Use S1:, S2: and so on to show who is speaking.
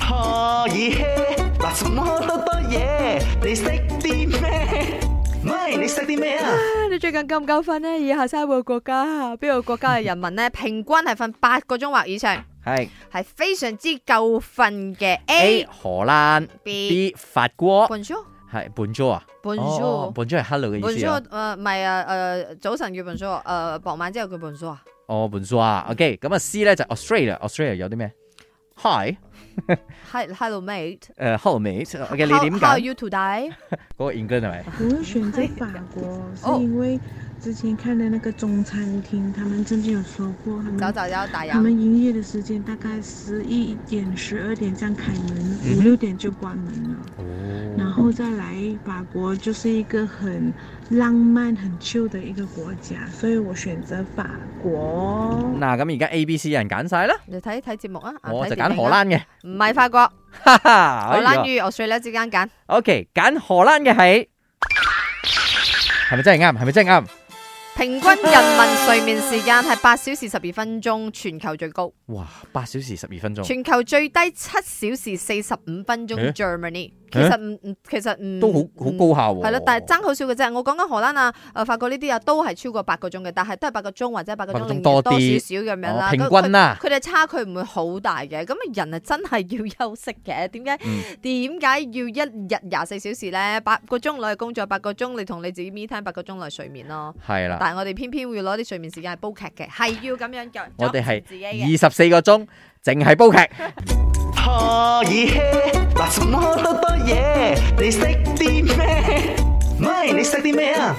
S1: 我已 hea，嗱什麼多多嘢，你識啲咩？咪你識啲咩啊？
S2: 你最近夠唔夠瞓呢？以下三個國家，邊個國家嘅人民呢？平均係瞓八個鐘或以上，
S3: 係
S2: 係非常之夠瞓嘅。哎
S3: A
S2: A
S3: 荷蘭
S2: B
S3: B 法國
S2: Bonjour
S3: 係 Bonjour 啊
S2: Bonjour
S3: Bonjour 係 hello 嘅意思
S2: Bonjour
S3: 啊，
S2: 誒唔係啊誒早晨叫 Bonjour 誒呃傍晚之後叫 Bonjour 啊。
S3: 哦 Bonjour 啊，OK 咁啊 C 咧就 Australia，Australia 有啲咩？Hi，
S2: Hi hello mate。
S3: 誒 Hello 呃 mate，OK 你
S2: How-
S3: 點
S2: How are
S3: 揀
S2: you today？
S3: 嗰個 England 係咪？
S4: 我會选择法国，是因为之前看的那个中餐厅，他们曾经有说过，他
S2: 找
S4: 们
S2: 找找打
S4: 他
S3: 嗯
S2: 烊。
S4: 们营业的时间大概十一点、十二点这样开门，
S3: 嗯
S4: 五
S3: 哼
S4: 六点就关门了。然
S3: 哦，
S4: 后再来法国就是一个很浪漫、很 chill 的一个国家，所以我选择法国。
S3: 嗱咁而家 A、B、C 有人揀晒啦，
S2: 你睇睇節目啊，啊睇
S3: 我哦就
S2: 電影啊
S3: 揀荷蘭嘅，
S2: 唔係法國，
S3: 哈哈，
S2: 荷
S3: 哎呀
S2: 蘭與 Australia 之間揀。
S3: OK，揀荷蘭嘅係係咪真係啱？係咪真係啱？
S2: 平均人民睡眠時間係八小時十二分鐘，全球最高。
S3: 哇，八小時十二分鐘
S2: 全球最低七小時四十五分鐘
S3: 欸
S2: ，Germany 其
S3: 欸
S2: 實唔唔，其實唔
S3: 都好好高啊效喎。
S2: 係啦，但係爭好少嘅啫。我講緊荷蘭啊、誒法國呢啲啊，都係超過八個鐘嘅，但係都係八個鐘或者八個
S3: 八
S2: 鐘
S3: 個鐘
S2: 零
S3: 多
S2: 多
S3: 啲
S2: 少少咁樣啦。
S3: 哦平
S2: 咁佢
S3: 均啦。
S2: 佢哋差距唔會好大嘅，咁啊人啊真係要休息嘅。點解
S3: 嗯
S2: 點解要一日廿四小時咧？八個鐘內工作，八個鐘你同你自己 me time，八個鐘內睡眠咯。
S3: 係啦，
S2: 但係我哋偏偏會攞啲睡眠時間係煲劇嘅，係要咁樣嘅。
S3: 我哋係
S2: 自己嘅。
S3: 二十四個鐘，淨係煲劇。
S1: 我已 hea，嗱什麼多多嘢，你識啲咩？咪你識啲咩啊？